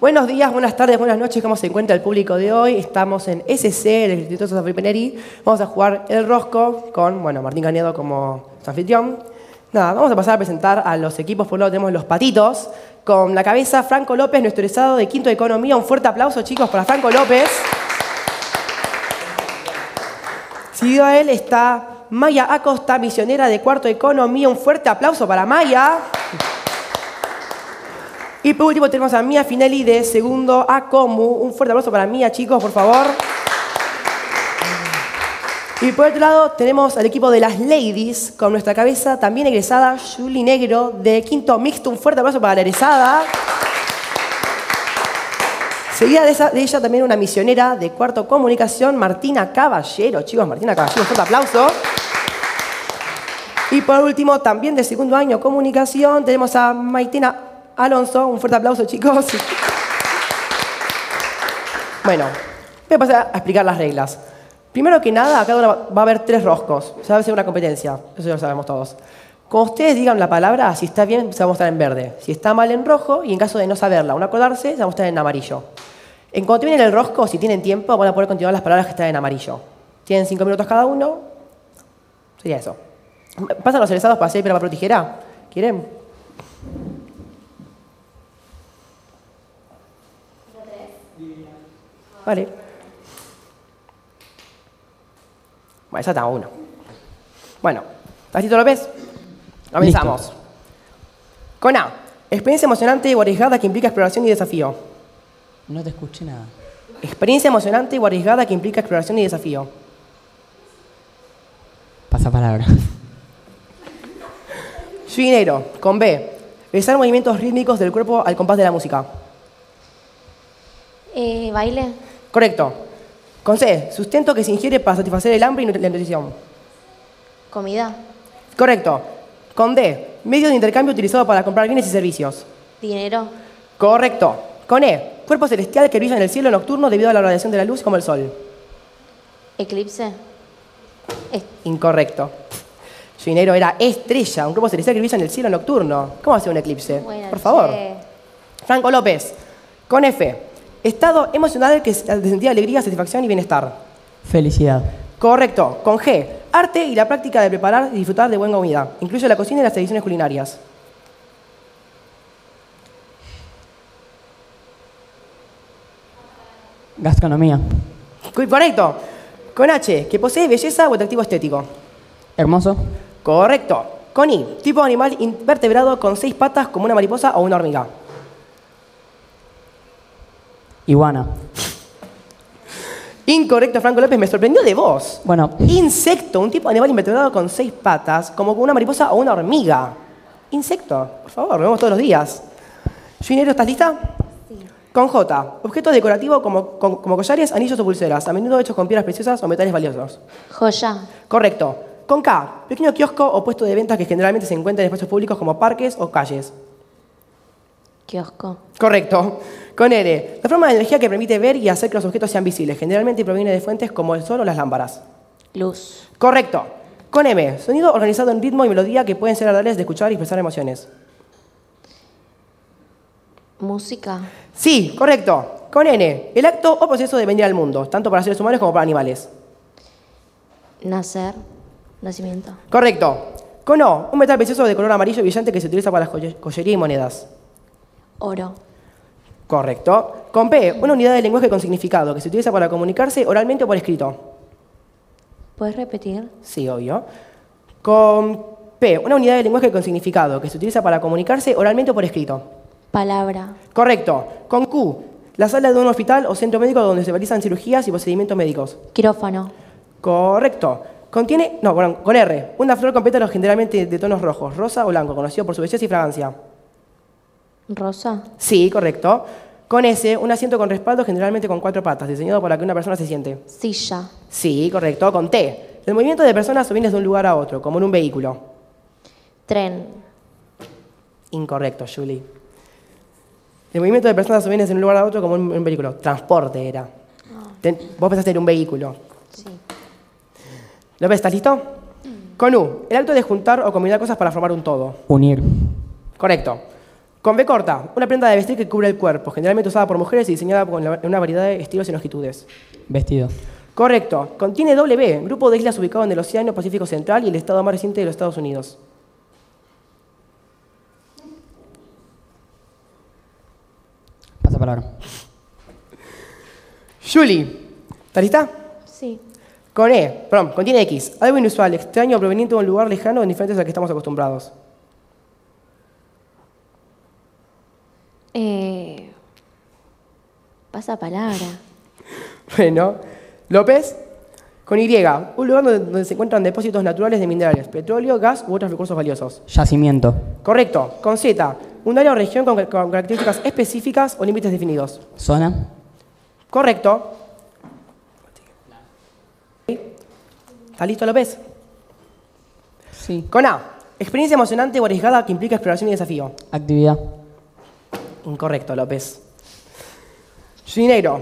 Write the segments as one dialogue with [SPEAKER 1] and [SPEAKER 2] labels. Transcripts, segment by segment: [SPEAKER 1] Buenos días, buenas tardes, buenas noches. ¿Cómo se encuentra el público de hoy? Estamos en SC, el Instituto Santa Fe Peneri. Vamos a jugar el rosco con, bueno, Martín Canedo como su anfitrión. Nada, vamos a pasar a presentar a los equipos. Por un lado tenemos los patitos. Con la cabeza, Franco López, nuestro egresado de Quinto de Economía. Un fuerte aplauso, chicos, para Franco López. Seguido a él está Maya Acosta, misionera de Cuarto de Economía. Un fuerte aplauso para Maya. Y por último tenemos a Mía Finelli de segundo a Comu. Un fuerte aplauso para Mía, chicos, por favor. Y por otro lado tenemos al equipo de las Ladies, con nuestra cabeza también egresada, Julie Negro, de quinto mixto. Un fuerte aplauso para la egresada. Seguida de, esa- de ella también una misionera de cuarto comunicación, Martina Caballero. Chicos, Martina Caballero, un fuerte aplauso. Y por último, también de segundo año comunicación, tenemos a Maitina Alonso. Un fuerte aplauso, chicos. Bueno, voy a pasar a explicar las reglas. Primero que nada, acá va a haber tres roscos. O sea, va a ser una competencia. Eso ya lo sabemos todos. Cuando ustedes digan la palabra, si está bien, se vamos a estar en verde. Si está mal, en rojo. Y en caso de no saberla o no acordarse, se vamos a estar en amarillo. En cuanto viene el rosco, si tienen tiempo, van a poder continuar las palabras que están en amarillo. Tienen cinco minutos cada uno. Sería eso. ¿Pasan los egresados para hacer para protigera? ¿Quieren? Vale. Bueno, ya está uno. Bueno, Tacito López, comenzamos. Con A, experiencia emocionante o arriesgada que implica exploración y desafío.
[SPEAKER 2] No te escuché nada.
[SPEAKER 1] Experiencia emocionante o arriesgada que implica exploración y desafío.
[SPEAKER 2] Pasa palabra.
[SPEAKER 1] Dinero, con B, besar movimientos rítmicos del cuerpo al compás de la música.
[SPEAKER 3] Eh, ¿Baile?
[SPEAKER 1] Correcto. Con C, sustento que se ingiere para satisfacer el hambre y nut- la nutrición.
[SPEAKER 3] ¿Comida?
[SPEAKER 1] Correcto. Con D, medio de intercambio utilizado para comprar bienes y servicios.
[SPEAKER 3] ¿Dinero?
[SPEAKER 1] Correcto. Con E, cuerpo celestial que brilla en el cielo nocturno debido a la radiación de la luz como el sol.
[SPEAKER 3] ¿Eclipse? Es-
[SPEAKER 1] Incorrecto. Dinero era estrella, un cuerpo celestial que brilla en el cielo nocturno. ¿Cómo hace un eclipse?
[SPEAKER 3] Buena,
[SPEAKER 1] Eh, Por favor.
[SPEAKER 3] che.
[SPEAKER 1] Franco López, con F, estado emocional que se- de sentir alegría, satisfacción y bienestar.
[SPEAKER 2] Felicidad.
[SPEAKER 1] Correcto. Con G, arte y la práctica de preparar y disfrutar de buena comida. Incluye la cocina y las tradiciones culinarias.
[SPEAKER 2] Gastronomía.
[SPEAKER 1] Cu- Correcto. Con H, que posee belleza o atractivo estético.
[SPEAKER 2] Hermoso.
[SPEAKER 1] Correcto. Con I, tipo de animal invertebrado con seis patas como una mariposa o una hormiga.
[SPEAKER 2] Iguana.
[SPEAKER 1] Incorrecto, Franco López, me sorprendió de vos.
[SPEAKER 2] Bueno,
[SPEAKER 1] Insecto, un tipo de animal invertebrado con seis patas, como una mariposa o una hormiga. Insecto, por favor, lo vemos todos los días. Junero, ¿estás lista?
[SPEAKER 3] Sí.
[SPEAKER 1] Con J, objeto decorativo como, como- como collares, anillos o pulseras, a menudo hechos con piedras preciosas o metales valiosos.
[SPEAKER 3] ¿Joya?
[SPEAKER 1] Correcto. Con K, pequeño kiosco o puesto de ventas que generalmente se encuentra en espacios públicos como parques o calles.
[SPEAKER 3] ¿Kiosco?
[SPEAKER 1] Correcto. Con L, la forma de energía que permite ver y hacer que los objetos sean visibles, generalmente proviene de fuentes como el sol o las lámparas.
[SPEAKER 3] ¿Luz?
[SPEAKER 1] Correcto. Con M, sonido organizado en ritmo y melodía que pueden ser agradables de escuchar y expresar emociones.
[SPEAKER 3] ¿Música?
[SPEAKER 1] Sí, correcto. Con N, el acto o proceso de venir al mundo, tanto para seres humanos como para animales.
[SPEAKER 3] ¿Nacer? ¿Nacimiento?
[SPEAKER 1] Correcto. Con O, un metal precioso de color amarillo brillante que se utiliza para la joye- joyería y monedas.
[SPEAKER 3] ¿Oro?
[SPEAKER 1] Correcto. Con P, una unidad de lenguaje con significado que se utiliza para comunicarse oralmente o por escrito.
[SPEAKER 3] ¿Puedes repetir?
[SPEAKER 1] Sí, obvio. Con P, una unidad de lenguaje con significado que se utiliza para comunicarse oralmente o por escrito.
[SPEAKER 3] ¿Palabra?
[SPEAKER 1] Correcto. Con Q, la sala de un hospital o centro médico donde se realizan cirugías y procedimientos médicos.
[SPEAKER 3] ¿Quirófano?
[SPEAKER 1] Correcto. Contiene, no, con, con R, una flor con pétalos generalmente de tonos rojos, rosa o blanco, conocido por su belleza y fragancia.
[SPEAKER 3] ¿Rosa?
[SPEAKER 1] Sí, correcto. Con S, un asiento con respaldo generalmente con cuatro patas, diseñado para que una persona se siente.
[SPEAKER 3] ¿Silla?
[SPEAKER 1] Sí, correcto. Con T, el movimiento de personas o bienes de un lugar a otro, como en un vehículo.
[SPEAKER 3] ¿Tren?
[SPEAKER 1] Incorrecto, Julie. El movimiento de personas o bienes de un lugar a otro, como en un, en un vehículo. Transporte era. Ten- vos pensaste en un vehículo,
[SPEAKER 3] Sí.
[SPEAKER 1] López, ¿estás listo? Con U, el acto de juntar o combinar cosas para formar un todo.
[SPEAKER 2] unir.
[SPEAKER 1] Correcto. Con B corta, una prenda de vestir que cubre el cuerpo, generalmente usada por mujeres y diseñada con la- en una variedad de estilos y longitudes.
[SPEAKER 2] Vestido.
[SPEAKER 1] Correcto. Contiene W, grupo de islas ubicado en el Océano Pacífico Central y el estado más reciente de los Estados Unidos.
[SPEAKER 2] Pasa palabra.
[SPEAKER 1] Julie, ¿estás lista?
[SPEAKER 3] Sí.
[SPEAKER 1] Con E, perdón, contiene X. Algo inusual, extraño, proveniente de un lugar lejano o diferente al que estamos acostumbrados.
[SPEAKER 3] Eh, pasa palabra.
[SPEAKER 1] Bueno, López, con Y, un lugar donde, donde se encuentran depósitos naturales de minerales, petróleo, gas u otros recursos valiosos.
[SPEAKER 2] Yacimiento.
[SPEAKER 1] Correcto, con Z, un área o región con, con características específicas o límites definidos.
[SPEAKER 2] Zona.
[SPEAKER 1] Correcto. ¿Está listo, López?
[SPEAKER 2] Sí.
[SPEAKER 1] Con A, experiencia emocionante o arriesgada que implica exploración y desafío.
[SPEAKER 2] Actividad.
[SPEAKER 1] Incorrecto, López. Dinero,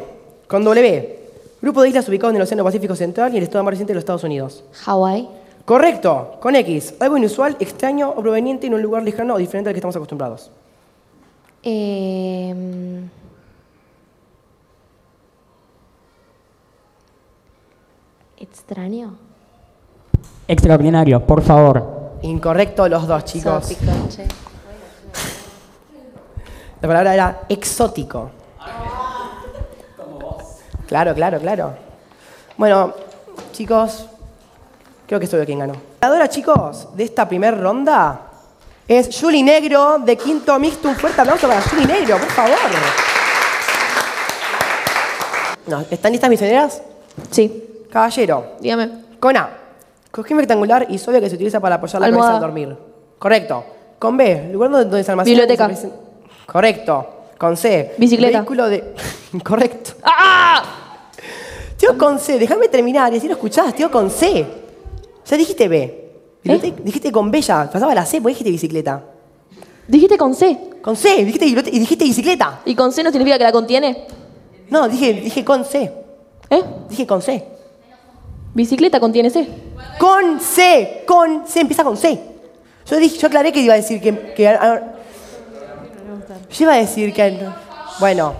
[SPEAKER 1] con W, grupo de islas ubicado en el Océano Pacífico Central y el estado más reciente de los Estados Unidos.
[SPEAKER 3] Hawái.
[SPEAKER 1] Correcto, con X. Algo inusual, extraño o proveniente en un lugar lejano o diferente al que estamos acostumbrados.
[SPEAKER 3] Eh, mm, extraño.
[SPEAKER 2] Extraordinario, por favor.
[SPEAKER 1] Incorrecto los dos, chicos.
[SPEAKER 3] Exótico, che.
[SPEAKER 1] La palabra era exótico. Claro, claro, claro. Bueno, chicos, creo que estoy quien ganó. La ganadora, chicos, de esta primera ronda es Julie Negro de Quinto Mixto. Un fuerte aplauso para Julie Negro, por favor. No, ¿Están listas misioneras?
[SPEAKER 3] Sí,
[SPEAKER 1] Caballero,
[SPEAKER 3] dígame.
[SPEAKER 1] Con A. Cojín rectangular y suave que se utiliza para apoyar la
[SPEAKER 3] Almohada.
[SPEAKER 1] cabeza al dormir. Correcto. Con B. Lugar donde, donde se almacena.
[SPEAKER 3] Biblioteca.
[SPEAKER 1] donde se presen- Correcto. Con C.
[SPEAKER 3] Bicicleta. ¡Ah!
[SPEAKER 1] Vehículo de. Correcto. Tío, con C. Déjame terminar. Y así lo escuchás, tío, con C. Ya dijiste B.
[SPEAKER 3] ¿Eh?
[SPEAKER 1] Bibliote- Dijiste con B ya. Pasaba la C, porque dijiste bicicleta.
[SPEAKER 4] Dijiste con C.
[SPEAKER 1] Con C. Dijiste bibliote- y dijiste bicicleta.
[SPEAKER 4] ¿Y con C no significa que la contiene?
[SPEAKER 1] No, dije, dije con C.
[SPEAKER 4] ¿Eh?
[SPEAKER 1] Dije con C.
[SPEAKER 4] Bicicleta contiene C.
[SPEAKER 1] Con C, con C, empieza con C. Yo, dije, yo aclaré que iba a decir que... que- a- yo iba a decir que... Bueno,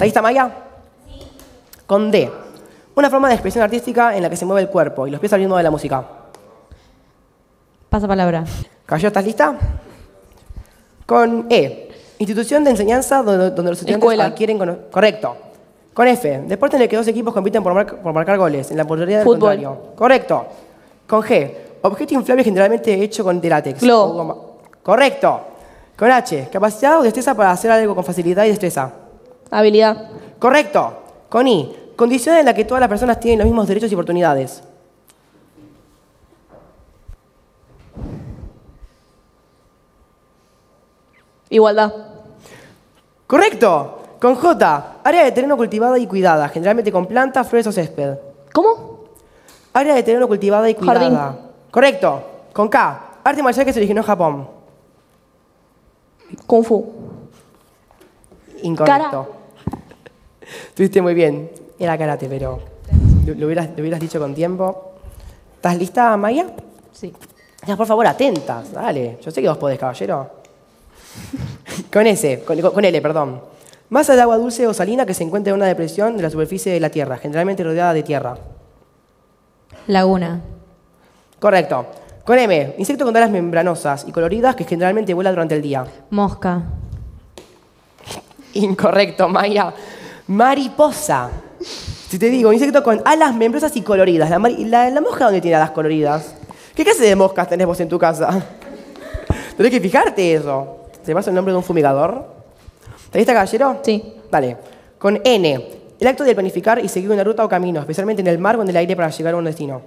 [SPEAKER 1] ¿ahí está Maya? Con D. Una forma de expresión artística en la que se mueve el cuerpo y los pies al ritmo de la música.
[SPEAKER 5] Pasa palabra.
[SPEAKER 1] Cayo, ¿estás lista? Con E. Institución de enseñanza donde, donde los estudiantes
[SPEAKER 4] Escuela.
[SPEAKER 1] adquieren... cono- Correcto. Con F. Deporte en el que dos equipos compiten por, mar- por marcar goles en la portería del
[SPEAKER 4] Fútbol.
[SPEAKER 1] contrario. Correcto. Con G. Objeto inflable generalmente hecho con de látex.
[SPEAKER 4] Globo.
[SPEAKER 1] O goma. Correcto. Con H. Capacidad o destreza para hacer algo con facilidad y destreza.
[SPEAKER 4] Habilidad.
[SPEAKER 1] Correcto. Con I. Condición en la que todas las personas tienen los mismos derechos y oportunidades.
[SPEAKER 4] Igualdad.
[SPEAKER 1] Correcto. Con J. Área de terreno cultivada y cuidada, generalmente con plantas, flores o césped.
[SPEAKER 4] ¿Cómo?
[SPEAKER 1] Área de terreno cultivada y cuidada.
[SPEAKER 4] Jardín.
[SPEAKER 1] Correcto. Con K. Arte marcial que se originó en Japón.
[SPEAKER 4] Kung Fu.
[SPEAKER 1] Incorrecto. Estuviste muy bien. Era karate, pero lo, lo hubieras, lo hubieras dicho con tiempo. ¿Estás lista, Maya?
[SPEAKER 5] Sí.
[SPEAKER 1] Ya, por favor, atentas. Dale. Yo sé que vos podés, caballero. con S, con, con L, perdón. Masa de agua dulce o salina que se encuentra en una depresión de la superficie de la Tierra, generalmente rodeada de tierra.
[SPEAKER 5] Laguna.
[SPEAKER 1] Correcto. Con M, insecto con alas membranosas y coloridas que generalmente vuela durante el día.
[SPEAKER 5] Mosca.
[SPEAKER 1] Incorrecto, Maya. Mariposa. Si te digo, insecto con alas membrosas y coloridas. ¿La, mari- la, la mosca dónde tiene alas coloridas? ¿Qué clase de moscas tenés vos en tu casa? Tenés que fijarte eso. ¿Te pasa el nombre de un fumigador? ¿Te lista, caballero?
[SPEAKER 4] Sí.
[SPEAKER 1] Dale. Con N. El acto de planificar y seguir una ruta o camino, especialmente en el mar o en el aire para llegar a un destino.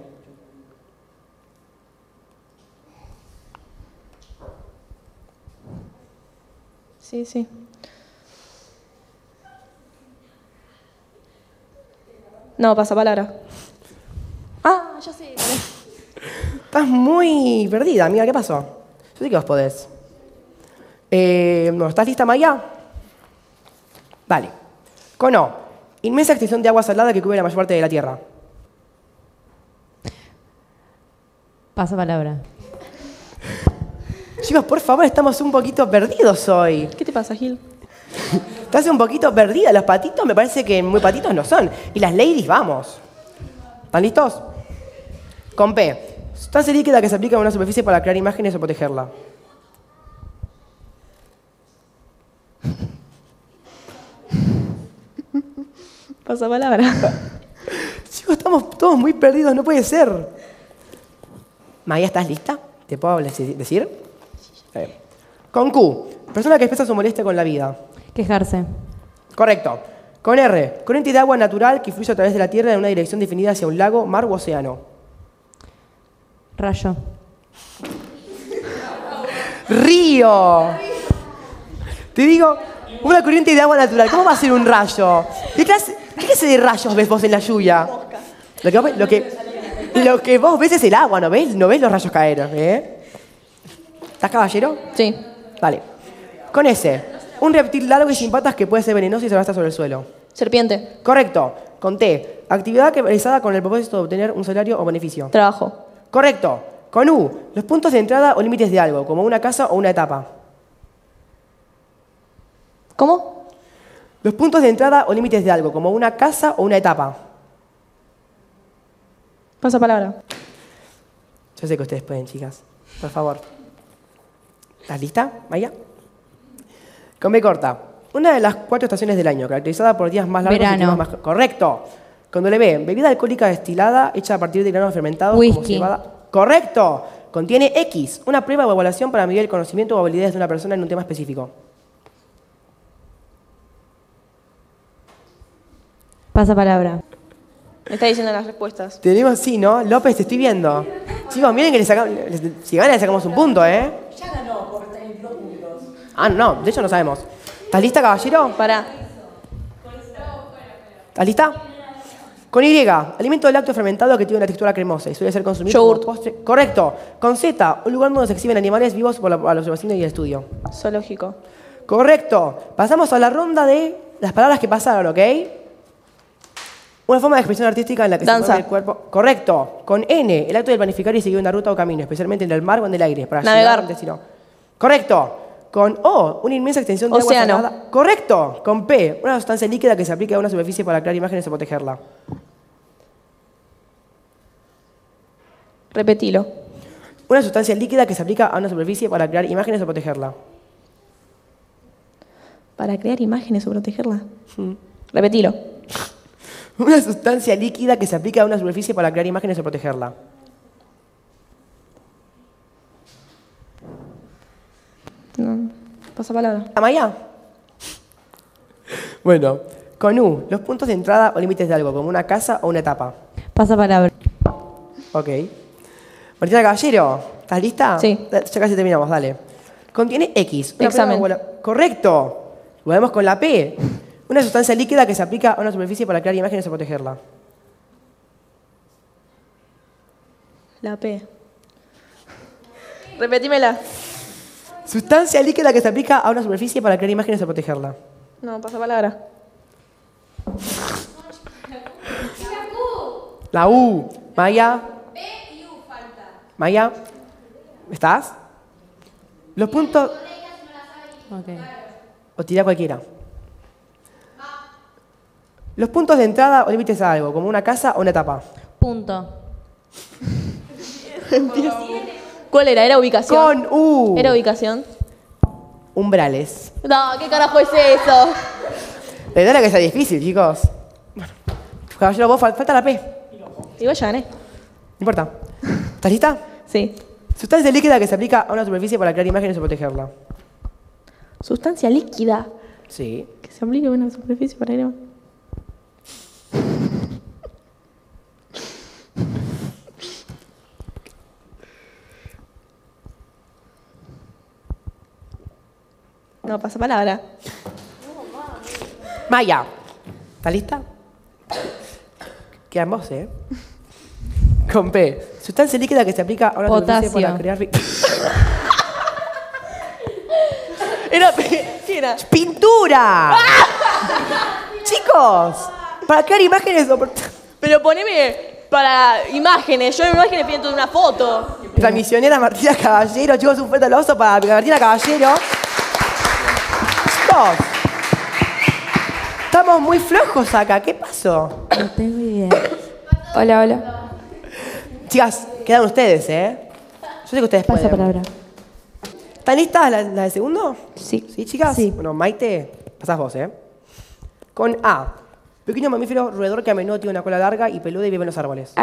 [SPEAKER 4] Sí, sí. No, pasa palabra. Ah, ya sé.
[SPEAKER 1] Estás muy perdida, amiga. ¿Qué pasó? Yo sé que vos podés. Eh, no, ¿Estás lista, Maya? Vale. Con O. Inmensa extensión de agua salada que cubre la mayor parte de la Tierra.
[SPEAKER 5] Pasa palabra.
[SPEAKER 1] Chicos, por favor, estamos un poquito perdidos hoy.
[SPEAKER 4] ¿Qué te pasa, Gil?
[SPEAKER 1] Estás un poquito perdida. Los patitos me parece que muy patitos no son. Y las ladies, vamos. ¿Están listos? Con P. Sustancia líquida que se aplica a una superficie para crear imágenes o protegerla.
[SPEAKER 4] Pasa palabra.
[SPEAKER 1] Chicos, estamos todos muy perdidos, no puede ser. María, ¿estás lista? ¿Te puedo deci- decir? Está bien. Con Q. Persona que expresa su molestia con la vida.
[SPEAKER 5] Quejarse.
[SPEAKER 1] Correcto. Con R. Corriente de agua natural que fluye a través de la Tierra en una dirección definida hacia un lago, mar u océano.
[SPEAKER 5] Rayo.
[SPEAKER 1] ¡Río! Te digo, una corriente de agua natural. ¿Cómo va a ser un rayo? ¿Qué clase, qué clase de rayos ves vos en la lluvia? Lo que, vos- lo, que, lo que vos ves es el agua, ¿no ves? No ves los rayos caer, ¿eh? ¿Estás caballero?
[SPEAKER 4] Sí.
[SPEAKER 1] Vale. Con S. Un reptil largo y sin patas que puede ser venenoso y se basta sobre el suelo.
[SPEAKER 4] Serpiente.
[SPEAKER 1] Correcto. Con T. Actividad que realizada con el propósito de obtener un salario o beneficio.
[SPEAKER 4] Trabajo.
[SPEAKER 1] Correcto. Con U. Los puntos de entrada o límites de algo, como una casa o una etapa.
[SPEAKER 4] ¿Cómo?
[SPEAKER 1] Los puntos de entrada o límites de algo, como una casa o una etapa.
[SPEAKER 4] Pasa palabra.
[SPEAKER 1] Yo sé que ustedes pueden, chicas. Por favor. ¿Estás lista, Maya? Con B corta. Una de las cuatro estaciones del año, caracterizada por días más largos y
[SPEAKER 5] Verano.
[SPEAKER 1] climas más... Correcto. Con W, bebida alcohólica destilada hecha a partir de granos fermentados como
[SPEAKER 5] Whisky.
[SPEAKER 1] cebada. Correcto. Contiene X, una prueba o evaluación para medir el conocimiento o habilidades de una persona en un tema específico.
[SPEAKER 5] Pasa palabra.
[SPEAKER 4] Me está diciendo las respuestas.
[SPEAKER 1] Tenemos, sí, ¿no? López, te estoy viendo. Chicos, miren que le sacamos. les- Si gana, le sacamos un punto, ¿eh? Ya ganó, porque tenés dos puntos. Ah, no, de hecho no sabemos. ¿Estás lista, caballero?
[SPEAKER 4] Pará.
[SPEAKER 1] ¿Estás lista? Con Y, alimento lácteo fermentado que tiene una textura cremosa y suele ser consumido como
[SPEAKER 4] Yogurt.
[SPEAKER 1] postre. Correcto. Con Z, un lugar donde se exhiben animales vivos por la, para la observación y el estudio.
[SPEAKER 4] Zoológico.
[SPEAKER 1] Correcto. Pasamos a la ronda de las palabras que pasaron, ¿ok? Una forma de expresión artística en la que se
[SPEAKER 4] Danza.
[SPEAKER 1] mueve el cuerpo. Correcto. Con N, el acto de planificar y seguir una ruta o camino, especialmente en el mar o en el aire, para llegar
[SPEAKER 4] Navegar.
[SPEAKER 1] a un destino. Correcto. Con O, una inmensa extensión de
[SPEAKER 4] Océano.
[SPEAKER 1] agua salada. Correcto. Con P, una sustancia líquida que se aplica a una superficie para crear imágenes o protegerla.
[SPEAKER 4] Repetilo.
[SPEAKER 1] Una sustancia líquida que se aplica a una superficie para crear imágenes o protegerla.
[SPEAKER 4] Para crear imágenes o protegerlas.
[SPEAKER 1] Hmm.
[SPEAKER 4] Repetilo.
[SPEAKER 1] Una sustancia líquida que se aplica a una superficie para crear imágenes o protegerla.
[SPEAKER 4] No. Pasa palabra.
[SPEAKER 1] Amaya. Bueno, con U, los puntos de entrada o límites de algo, como una casa o una etapa.
[SPEAKER 5] Pasa palabra.
[SPEAKER 1] Ok. Martina Caballero, ¿estás lista?
[SPEAKER 4] Sí.
[SPEAKER 1] Da- Ya casi terminamos, dale. Contiene X. una
[SPEAKER 4] Examen.
[SPEAKER 1] prueba de- Correcto. Volvemos con la P. Una sustancia líquida que se aplica a una superficie para crear imágenes o protegerla.
[SPEAKER 4] La P. Repetímela.
[SPEAKER 1] Sustancia líquida que se aplica a una superficie para crear imágenes o protegerla.
[SPEAKER 4] No, pasa palabra.
[SPEAKER 1] La U. Maya. B y U falta. Maya. ¿Estás? Los puntos. O tira cualquiera. Los puntos de entrada o límites a algo, como una casa o una etapa.
[SPEAKER 5] Punto.
[SPEAKER 4] ¿Cuál era? ¿Era ubicación?
[SPEAKER 1] Con U.
[SPEAKER 4] ¿Era ubicación?
[SPEAKER 1] Umbrales.
[SPEAKER 4] No, ¿qué carajo es eso?
[SPEAKER 1] La verdad es que sea difícil, chicos. Bueno. Caballero, vos fal- falta la P. No
[SPEAKER 4] Digo, ya gané.
[SPEAKER 1] importa. ¿Estás lista?
[SPEAKER 4] Sí.
[SPEAKER 1] Sustancia líquida que se aplica a una superficie para crear imágenes o protegerla.
[SPEAKER 4] Sustancia líquida
[SPEAKER 1] Sí.
[SPEAKER 4] que se aplica a una superficie para ir a- No, pasa palabra.
[SPEAKER 1] Maya, ¿estás lista? Quedan vos, ¿eh? Con P. Sustancia líquida que se aplica a una superficie
[SPEAKER 5] Potasio.
[SPEAKER 1] para crear... Era pe-
[SPEAKER 4] ¿Qué era?
[SPEAKER 1] pintura. Chicos, para crear imágenes... o-
[SPEAKER 4] Pero poneme para imágenes. Yo en imágenes pido una foto.
[SPEAKER 1] La misionera Martina Caballero, chicos, un fuerte aplauso para Martina Caballero. Chicos, estamos muy flojos acá, ¿qué pasó?
[SPEAKER 5] No tengo idea.
[SPEAKER 6] Hola, hola.
[SPEAKER 1] Chicas, quedan ustedes, ¿eh? Yo sé que ustedes
[SPEAKER 5] Pasa
[SPEAKER 1] pueden.
[SPEAKER 5] palabra.
[SPEAKER 1] ¿Están listas las las de segundo?
[SPEAKER 3] Sí.
[SPEAKER 1] ¿Sí, chicas?
[SPEAKER 5] Sí.
[SPEAKER 1] Bueno, Maite, pasás vos, ¿eh? Con A. Pequeño mamífero roedor que a menudo tiene una cola larga y peluda y vive en los árboles.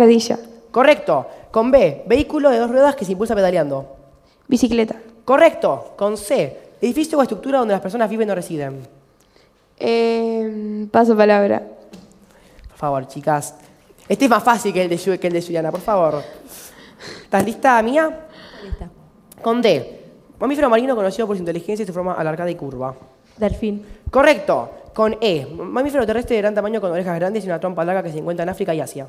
[SPEAKER 6] Ardilla.
[SPEAKER 1] Correcto. Con B. Vehículo de dos ruedas que se impulsa pedaleando.
[SPEAKER 6] Bicicleta.
[SPEAKER 1] Correcto. Con C. Edificio o estructura donde las personas viven o residen.
[SPEAKER 6] Eh, paso palabra.
[SPEAKER 1] Por favor, chicas. Este es más fácil que el de, Ju- que el de Juliana, por favor. ¿Estás lista, mía?
[SPEAKER 5] Lista.
[SPEAKER 1] Con D. Mamífero marino conocido por su inteligencia y su forma alargada y curva.
[SPEAKER 5] Delfín.
[SPEAKER 1] Correcto. Con E. Mamífero terrestre de gran tamaño con orejas grandes y una trompa larga que se encuentra en África y Asia.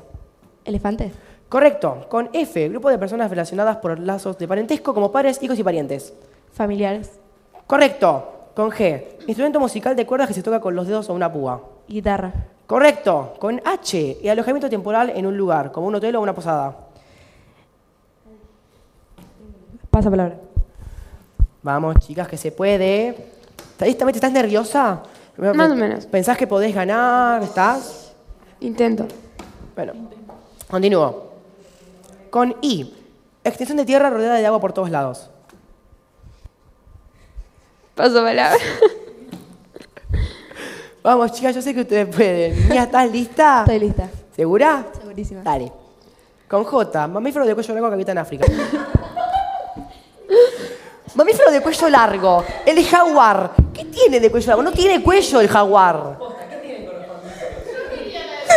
[SPEAKER 5] Elefante.
[SPEAKER 1] Correcto. Con F. Grupo de personas relacionadas por lazos de parentesco como padres, hijos y parientes.
[SPEAKER 5] Familiares.
[SPEAKER 1] Correcto. Con G. Instrumento musical de cuerdas que se toca con los dedos o una púa.
[SPEAKER 5] Guitarra.
[SPEAKER 1] Correcto. Con H. Y alojamiento temporal en un lugar, como un hotel o una posada.
[SPEAKER 5] Pasa palabra.
[SPEAKER 1] Vamos, chicas, que se puede. ¿Estás lista, Mete? ¿Estás nerviosa?
[SPEAKER 6] Más o menos.
[SPEAKER 1] ¿Pensás que podés ganar? ¿Estás?
[SPEAKER 6] Intento.
[SPEAKER 1] Bueno, continúo. Con I. Extensión de tierra rodeada de agua por todos lados.
[SPEAKER 6] Paso palabra.
[SPEAKER 1] Vamos, chicas, yo sé que ustedes pueden. Mía, ¿estás lista?
[SPEAKER 5] Estoy lista.
[SPEAKER 1] ¿Segura?
[SPEAKER 5] Segurísima.
[SPEAKER 1] Dale. Con J, mamífero de cuello largo que habita en África. mamífero de cuello largo, el jaguar. ¿Qué tiene de cuello largo? No tiene cuello el jaguar.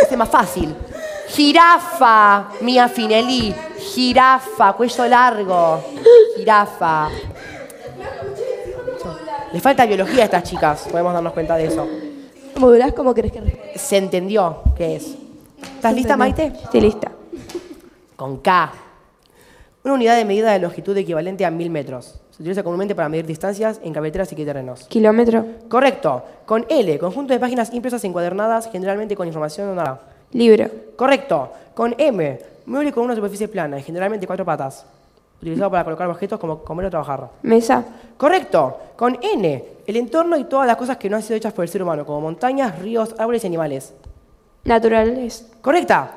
[SPEAKER 1] Este es más fácil. Jirafa, Mía Finelli. Jirafa, cuello largo. Jirafa. Le falta biología a estas chicas, podemos darnos cuenta de eso.
[SPEAKER 5] ¿Modulás como querés que responda?
[SPEAKER 1] Se entendió qué es. ¿Estás lista, Maite?
[SPEAKER 6] Estoy lista.
[SPEAKER 1] con K. Una unidad de medida de longitud equivalente a 1000 metros. Se utiliza comúnmente para medir distancias en carreteras y terrenos.
[SPEAKER 6] Kilómetro.
[SPEAKER 1] Correcto. Con L, conjunto de páginas impresas encuadernadas, generalmente con información o nada.
[SPEAKER 6] Libro.
[SPEAKER 1] Correcto. Con M, mueble con una superficie plana y generalmente cuatro patas. Utilizado para colocar objetos como comer o trabajar.
[SPEAKER 6] Mesa.
[SPEAKER 1] Correcto. Con N, el entorno y todas las cosas que no han sido hechas por el ser humano, como montañas, ríos, árboles y animales.
[SPEAKER 6] Naturales.
[SPEAKER 1] Correcta.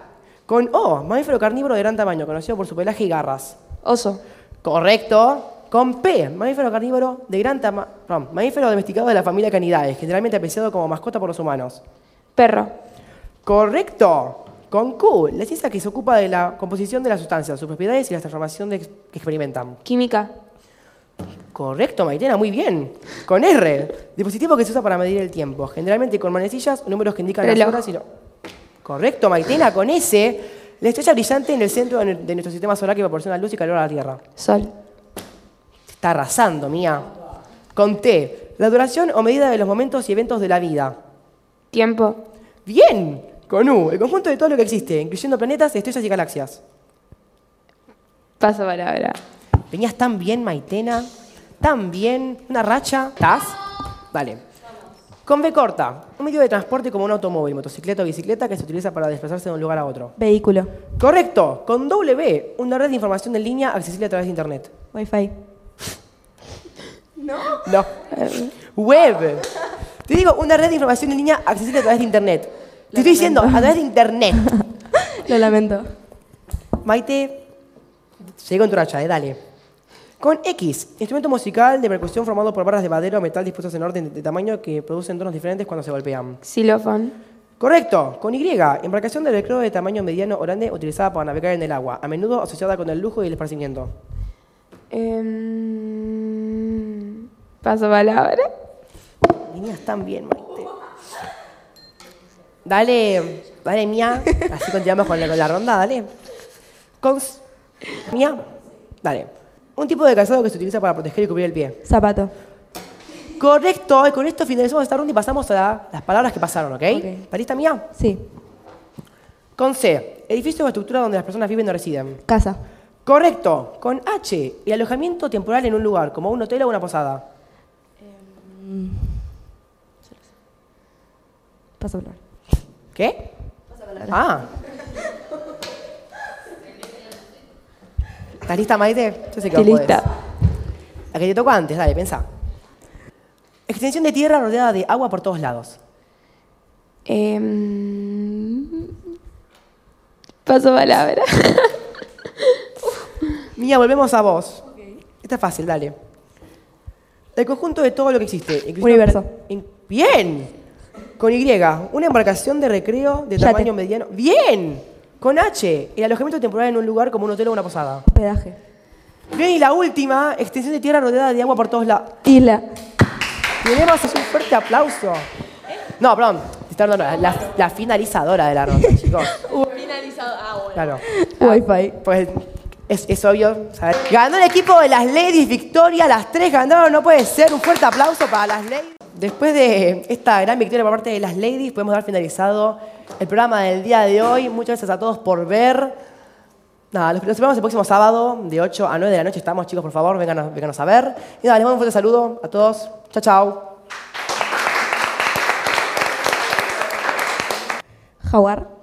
[SPEAKER 1] Con O, mamífero carnívoro de gran tamaño, conocido por su pelaje y garras.
[SPEAKER 6] Oso.
[SPEAKER 1] Correcto. Con P, mamífero carnívoro de gran tamaño. Mamífero domesticado de la familia Canidae, generalmente apreciado como mascota por los humanos.
[SPEAKER 6] Perro.
[SPEAKER 1] Correcto. Con Q, la ciencia que se ocupa de la composición de las sustancias, sus propiedades y la transformación de- que experimentan.
[SPEAKER 6] Química.
[SPEAKER 1] Correcto, Maitena, muy bien. Con R, dispositivo que se usa para medir el tiempo, generalmente con manecillas o números que indican las
[SPEAKER 6] Reloj.
[SPEAKER 1] horas y lo- Correcto, Maitena, con S, la estrella brillante en el centro de de nuestro sistema solar que proporciona luz y calor a la Tierra.
[SPEAKER 6] Sol.
[SPEAKER 1] Está arrasando, mía. Con T, la duración o medida de los momentos y eventos de la vida.
[SPEAKER 6] Tiempo.
[SPEAKER 1] Bien. Con U, el conjunto de todo lo que existe, incluyendo planetas, estrellas y galaxias.
[SPEAKER 6] Paso palabra.
[SPEAKER 1] Venías tan bien, Maitena. Tan bien. Una racha. ¿Estás? Vale. Con B corta, un medio de transporte como un automóvil, motocicleta o bicicleta que se utiliza para desplazarse de un lugar a otro.
[SPEAKER 5] Vehículo.
[SPEAKER 1] Correcto. Con W, una red de información en línea accesible a través de Internet.
[SPEAKER 5] Wi-Fi.
[SPEAKER 1] No. Web. Te digo, una red de información en línea accesible a través de Internet. Te estoy diciendo, a través de Internet.
[SPEAKER 5] Lo lamento.
[SPEAKER 1] Maite, llego en tu racha, eh, dale. Con X, instrumento musical de percusión formado por barras de madera o metal dispuestas en orden de tamaño que producen tonos diferentes cuando se golpean.
[SPEAKER 6] Xilofón.
[SPEAKER 1] Correcto. Con Y, embarcación de recreo de tamaño mediano o grande utilizada para navegar en el agua, a menudo asociada con el lujo y el esparcimiento.
[SPEAKER 6] Em, paso palabra.
[SPEAKER 1] Venías tan bien, Maite. Dale, dale, Mía. Así continuamos con la, con la ronda, dale. Con... Mía, dale. Un tipo de calzado que se utiliza para proteger y cubrir el pie.
[SPEAKER 5] Zapato.
[SPEAKER 1] Correcto, y con esto finalizamos esta ronda y pasamos a la- las palabras que pasaron, ¿ok? ¿Está lista, Mía?
[SPEAKER 5] Sí.
[SPEAKER 1] Con C, edificio o estructura donde las personas viven o residen.
[SPEAKER 5] Casa.
[SPEAKER 1] Correcto, con H, y alojamiento temporal en un lugar, como un hotel o una posada.
[SPEAKER 4] Em,
[SPEAKER 5] Pasa palabra.
[SPEAKER 1] ¿Qué? Ah. ¿Estás lista, Maite? Yo sé que
[SPEAKER 4] Estoy
[SPEAKER 1] vos podés.
[SPEAKER 4] lista.
[SPEAKER 1] La que te tocó antes, dale, pensá. Extensión de tierra rodeada de agua por todos lados.
[SPEAKER 6] Em, paso palabra.
[SPEAKER 1] Mía, volvemos a vos. Esta es fácil, dale. El conjunto de todo lo que existe. incluido-
[SPEAKER 5] Universo.
[SPEAKER 1] in- bien. Con Y. Una embarcación de recreo de
[SPEAKER 5] Yate.
[SPEAKER 1] tamaño mediano. Bien. Con H. El alojamiento temporal en un lugar como un hotel o una posada.
[SPEAKER 5] Hospedaje.
[SPEAKER 1] Bien, y la última. Extensión de tierra rodeada de agua por todos lados.
[SPEAKER 5] Isla.
[SPEAKER 1] Tenemos un fuerte aplauso. No, perdón. te está dando la, la- la finalizadora de la ronda, chicos. Claro.
[SPEAKER 5] Wi-Fi.
[SPEAKER 1] Pues es, es obvio. ¿sabes? Ganó el equipo de las Ladies, victoria, las tres ganaron, no puede ser. Un fuerte aplauso para las Ladies. Después de esta gran victoria por parte de las Ladies, podemos dar finalizado el programa del día de hoy. Muchas gracias a todos por ver. Nada, los, los esperamos el próximo sábado de 8 a 9 de la noche. Estamos, chicos, por favor, vénganos, vénganos a ver. Y nada, les mando un fuerte saludo a todos. Chao, chao.
[SPEAKER 5] Jaguar.